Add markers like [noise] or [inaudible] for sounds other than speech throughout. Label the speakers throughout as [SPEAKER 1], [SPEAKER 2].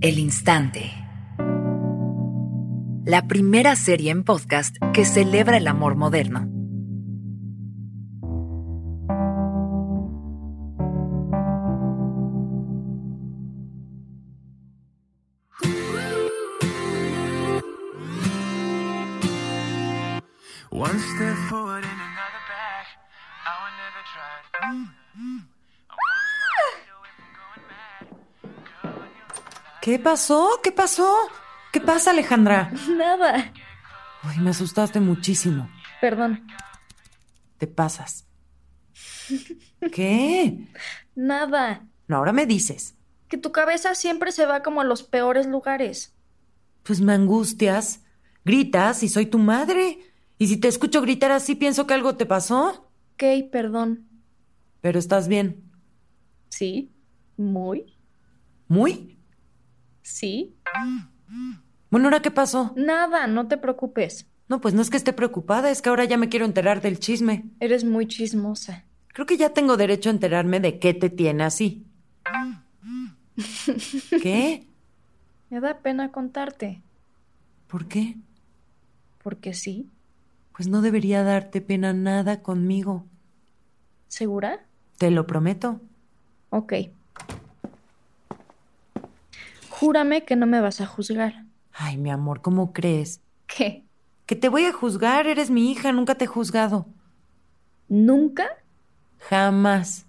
[SPEAKER 1] El Instante. La primera serie en podcast que celebra el amor moderno.
[SPEAKER 2] One step forward and another back. I would never try.
[SPEAKER 3] ¿Qué pasó? ¿Qué pasó? ¿Qué pasa, Alejandra?
[SPEAKER 4] Nada.
[SPEAKER 3] Uy, me asustaste muchísimo.
[SPEAKER 4] Perdón.
[SPEAKER 3] Te pasas. ¿Qué?
[SPEAKER 4] Nada.
[SPEAKER 3] No, ahora me dices.
[SPEAKER 4] Que tu cabeza siempre se va como a los peores lugares.
[SPEAKER 3] Pues me angustias, gritas y soy tu madre. Y si te escucho gritar así, pienso que algo te pasó.
[SPEAKER 4] Ok, perdón.
[SPEAKER 3] Pero estás bien.
[SPEAKER 4] Sí. Muy.
[SPEAKER 3] ¿Muy?
[SPEAKER 4] Sí.
[SPEAKER 3] Bueno, ¿ahora qué pasó?
[SPEAKER 4] Nada, no te preocupes.
[SPEAKER 3] No, pues no es que esté preocupada, es que ahora ya me quiero enterar del chisme.
[SPEAKER 4] Eres muy chismosa.
[SPEAKER 3] Creo que ya tengo derecho a enterarme de qué te tiene así. ¿Qué?
[SPEAKER 4] Me da pena contarte.
[SPEAKER 3] ¿Por qué?
[SPEAKER 4] Porque sí.
[SPEAKER 3] Pues no debería darte pena nada conmigo.
[SPEAKER 4] ¿Segura?
[SPEAKER 3] Te lo prometo.
[SPEAKER 4] Ok. Júrame que no me vas a juzgar.
[SPEAKER 3] Ay, mi amor, ¿cómo crees?
[SPEAKER 4] ¿Qué?
[SPEAKER 3] Que te voy a juzgar, eres mi hija, nunca te he juzgado.
[SPEAKER 4] ¿Nunca?
[SPEAKER 3] Jamás.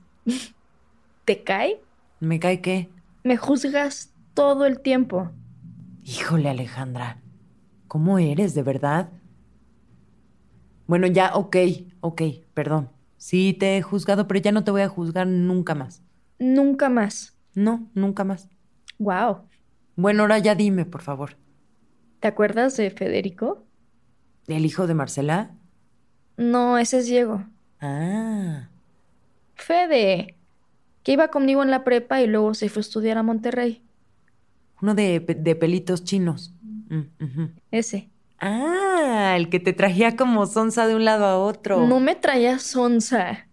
[SPEAKER 4] ¿Te cae?
[SPEAKER 3] ¿Me cae qué?
[SPEAKER 4] Me juzgas todo el tiempo.
[SPEAKER 3] Híjole, Alejandra. ¿Cómo eres, de verdad? Bueno, ya, ok, ok, perdón. Sí, te he juzgado, pero ya no te voy a juzgar nunca más.
[SPEAKER 4] Nunca más.
[SPEAKER 3] No, nunca más.
[SPEAKER 4] Wow.
[SPEAKER 3] Bueno, ahora ya dime, por favor.
[SPEAKER 4] ¿Te acuerdas de Federico?
[SPEAKER 3] ¿El hijo de Marcela?
[SPEAKER 4] No, ese es Diego.
[SPEAKER 3] Ah.
[SPEAKER 4] Fede, que iba conmigo en la prepa y luego se fue a estudiar a Monterrey.
[SPEAKER 3] Uno de, pe- de pelitos chinos. Mm, ujú.
[SPEAKER 4] Ese.
[SPEAKER 3] Ah, el que te trajía como sonza de un lado a otro.
[SPEAKER 4] No me traía sonza.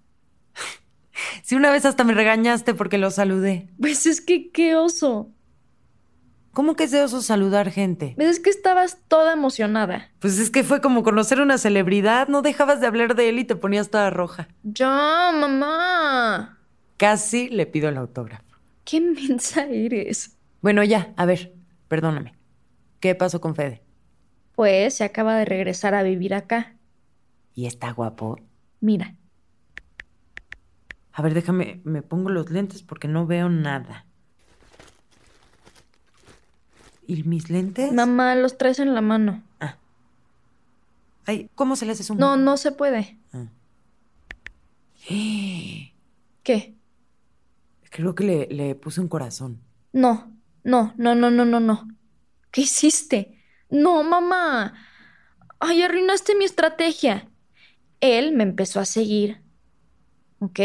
[SPEAKER 3] Sí, una vez hasta me regañaste porque lo saludé.
[SPEAKER 4] Pues es que qué oso.
[SPEAKER 3] ¿Cómo que es de oso saludar gente?
[SPEAKER 4] Pues es que estabas toda emocionada.
[SPEAKER 3] Pues es que fue como conocer una celebridad, no dejabas de hablar de él y te ponías toda roja.
[SPEAKER 4] Ya, mamá.
[SPEAKER 3] Casi le pido el autógrafo.
[SPEAKER 4] Qué mensa eres.
[SPEAKER 3] Bueno, ya, a ver, perdóname. ¿Qué pasó con Fede?
[SPEAKER 4] Pues se acaba de regresar a vivir acá.
[SPEAKER 3] ¿Y está guapo?
[SPEAKER 4] Mira,
[SPEAKER 3] A ver, déjame, me pongo los lentes porque no veo nada. ¿Y mis lentes?
[SPEAKER 4] mamá, los traes en la mano.
[SPEAKER 3] Ay, ¿cómo se le hace zoom?
[SPEAKER 4] No, no se puede.
[SPEAKER 3] Ah.
[SPEAKER 4] ¿Qué?
[SPEAKER 3] [gasps] Creo que le, le puse un corazón.
[SPEAKER 4] No, no, no, no, no, no, no. ¿Qué hiciste? No, mamá. Ay, arruinaste mi estrategia. Él me empezó a seguir. ¿Ok?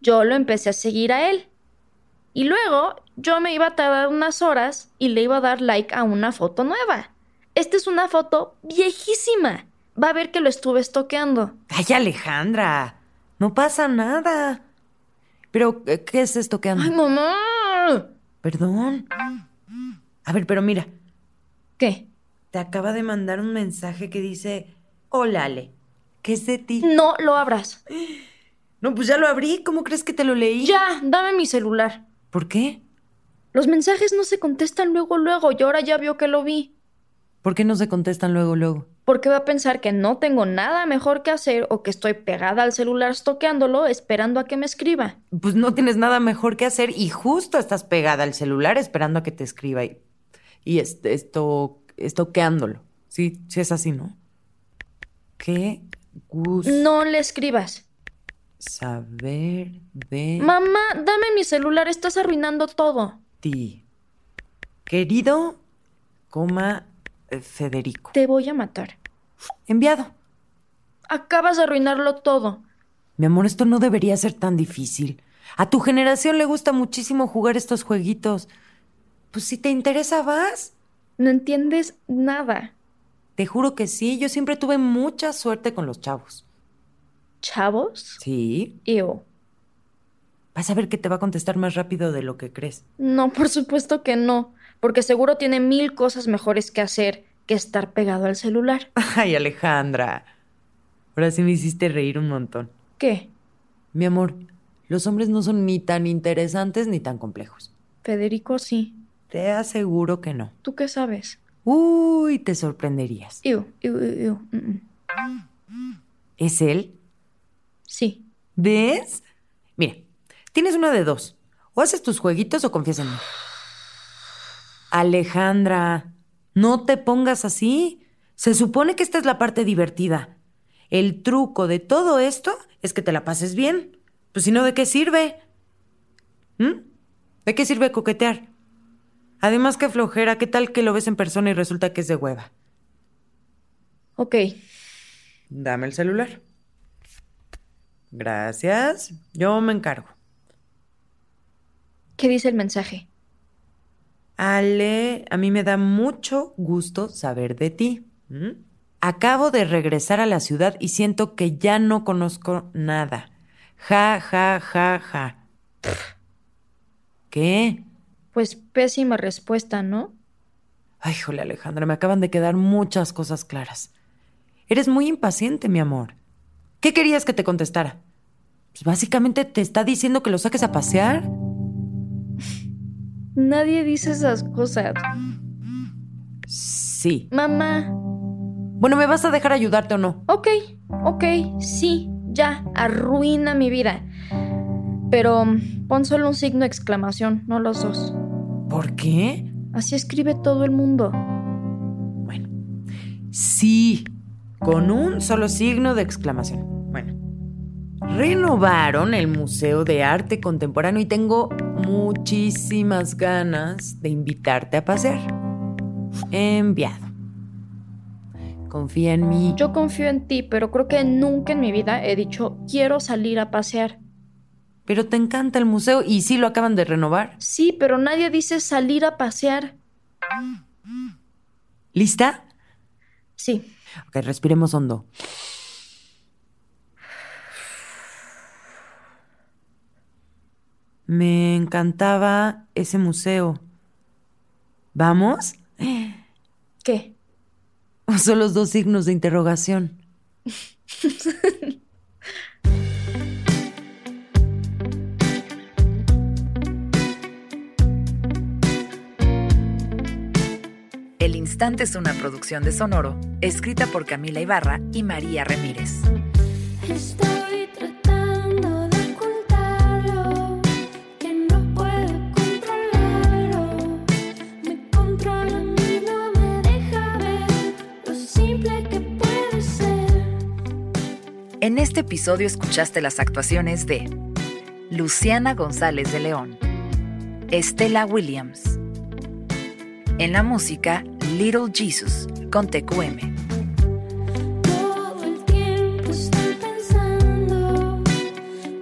[SPEAKER 4] Yo lo empecé a seguir a él. Y luego yo me iba a tardar unas horas y le iba a dar like a una foto nueva. Esta es una foto viejísima. Va a ver que lo estuve estoqueando.
[SPEAKER 3] Ay, Alejandra, no pasa nada. Pero, eh, ¿qué es esto que anda?
[SPEAKER 4] ¡Ay, mamá!
[SPEAKER 3] Perdón. A ver, pero mira,
[SPEAKER 4] ¿Qué?
[SPEAKER 3] te acaba de mandar un mensaje que dice, hola Ale, ¿qué es de ti?
[SPEAKER 4] No lo abras.
[SPEAKER 3] No, pues ya lo abrí, ¿cómo crees que te lo leí?
[SPEAKER 4] Ya, dame mi celular.
[SPEAKER 3] ¿Por qué?
[SPEAKER 4] Los mensajes no se contestan luego, luego, y ahora ya vio que lo vi.
[SPEAKER 3] ¿Por qué no se contestan luego, luego?
[SPEAKER 4] Porque va a pensar que no tengo nada mejor que hacer o que estoy pegada al celular estoqueándolo esperando a que me escriba.
[SPEAKER 3] Pues no tienes nada mejor que hacer y justo estás pegada al celular esperando a que te escriba y, y est- esto, estoqueándolo. Sí, sí es así, ¿no? Qué gusto
[SPEAKER 4] No le escribas.
[SPEAKER 3] saber de...
[SPEAKER 4] Mamá, dame mi celular, estás arruinando todo.
[SPEAKER 3] ti. Querido, coma, eh, Federico.
[SPEAKER 4] Te voy a matar.
[SPEAKER 3] Enviado.
[SPEAKER 4] Acabas de arruinarlo todo.
[SPEAKER 3] Mi amor, esto no debería ser tan difícil. A tu generación le gusta muchísimo jugar estos jueguitos. Pues si te interesa, vas.
[SPEAKER 4] No entiendes nada.
[SPEAKER 3] Te juro que sí, yo siempre tuve mucha suerte con los chavos.
[SPEAKER 4] ¿Chavos?
[SPEAKER 3] Sí.
[SPEAKER 4] Yo.
[SPEAKER 3] Vas a ver que te va a contestar más rápido de lo que crees. [laughs]
[SPEAKER 4] No, por supuesto que no. porque seguro tiene mil cosas mejores que hacer que estar pegado al celular.
[SPEAKER 3] Ay, Alejandra. Ahora sí me hiciste reír un montón.
[SPEAKER 4] ¿Qué?
[SPEAKER 3] Mi amor, los hombres no son ni tan interesantes ni tan complejos.
[SPEAKER 4] Federico, sí.
[SPEAKER 3] Te aseguro que no.
[SPEAKER 4] ¿Tú qué sabes?
[SPEAKER 3] Uy, te sorprenderías.
[SPEAKER 4] Iu, iu, iu, iu. mm, mm.
[SPEAKER 3] ¿Es él?
[SPEAKER 4] Sí.
[SPEAKER 3] ¿Ves? Mira, tienes una de dos. O haces tus jueguitos o confías en mí. Alejandra, no te pongas así. Se supone que esta es la parte divertida. El truco de todo esto es que te la pases bien. Pues si no, ¿de qué sirve? ¿Mm? ¿De qué sirve coquetear? Además, qué flojera, ¿qué tal que lo ves en persona y resulta que es de hueva?
[SPEAKER 4] Ok.
[SPEAKER 3] Dame el celular. Gracias. Yo me encargo.
[SPEAKER 4] ¿Qué dice el mensaje?
[SPEAKER 3] Ale, a mí me da mucho gusto saber de ti. ¿Mm? Acabo de regresar a la ciudad y siento que ya no conozco nada. Ja, ja, ja, ja. ¿Qué?
[SPEAKER 4] Pues pésima respuesta, ¿no?
[SPEAKER 3] Ay, jole, Alejandra, me acaban de quedar muchas cosas claras. Eres muy impaciente, mi amor. ¿Qué querías que te contestara? Pues básicamente te está diciendo que lo saques a pasear.
[SPEAKER 4] Nadie dice esas cosas.
[SPEAKER 3] Sí.
[SPEAKER 4] Mamá,
[SPEAKER 3] Bueno, ¿me vas a dejar ayudarte o no?
[SPEAKER 4] ok, ok, sí, ya, arruina mi vida. Pero mm, pon solo un signo de exclamación, no los dos.
[SPEAKER 3] ¿Por qué?
[SPEAKER 4] Así escribe todo el mundo.
[SPEAKER 3] Bueno. Sí. Con un solo signo de exclamación. Bueno. Renovaron el Museo de Arte Contemporáneo y tengo muchísimas ganas de invitarte a pasear. Enviado. Confía en mí.
[SPEAKER 4] Yo confío en ti, pero creo que nunca en mi vida he dicho quiero salir a pasear.
[SPEAKER 3] Pero te encanta el museo y sí lo acaban de renovar.
[SPEAKER 4] Sí, pero nadie dice salir a pasear.
[SPEAKER 3] ¿Lista?
[SPEAKER 4] Sí,
[SPEAKER 3] Ok, respiremos hondo. Me encantaba ese museo. ¿Vamos?
[SPEAKER 4] ¿qué?
[SPEAKER 3] ¿O son los dos signos de interrogación?
[SPEAKER 1] El Instante es una producción de Sonoro, escrita por Camila Ibarra y María Ramírez.
[SPEAKER 5] Estoy tratando de ocultarlo, que no puedo controlarlo. Me controla y no me deja ver lo simple que puede ser.
[SPEAKER 1] En este episodio escuchaste las actuaciones de Luciana González de León, Estela Williams. En la música, Little Jesus con TQM.
[SPEAKER 5] Todo el tiempo estoy pensando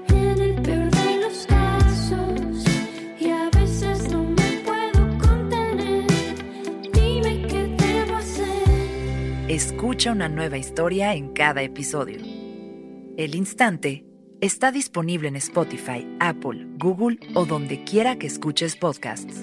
[SPEAKER 5] en el peor de los casos y a veces no me puedo contener. Dime qué debo hacer.
[SPEAKER 1] Escucha una nueva historia en cada episodio. El Instante está disponible en Spotify, Apple, Google o donde quiera que escuches podcasts.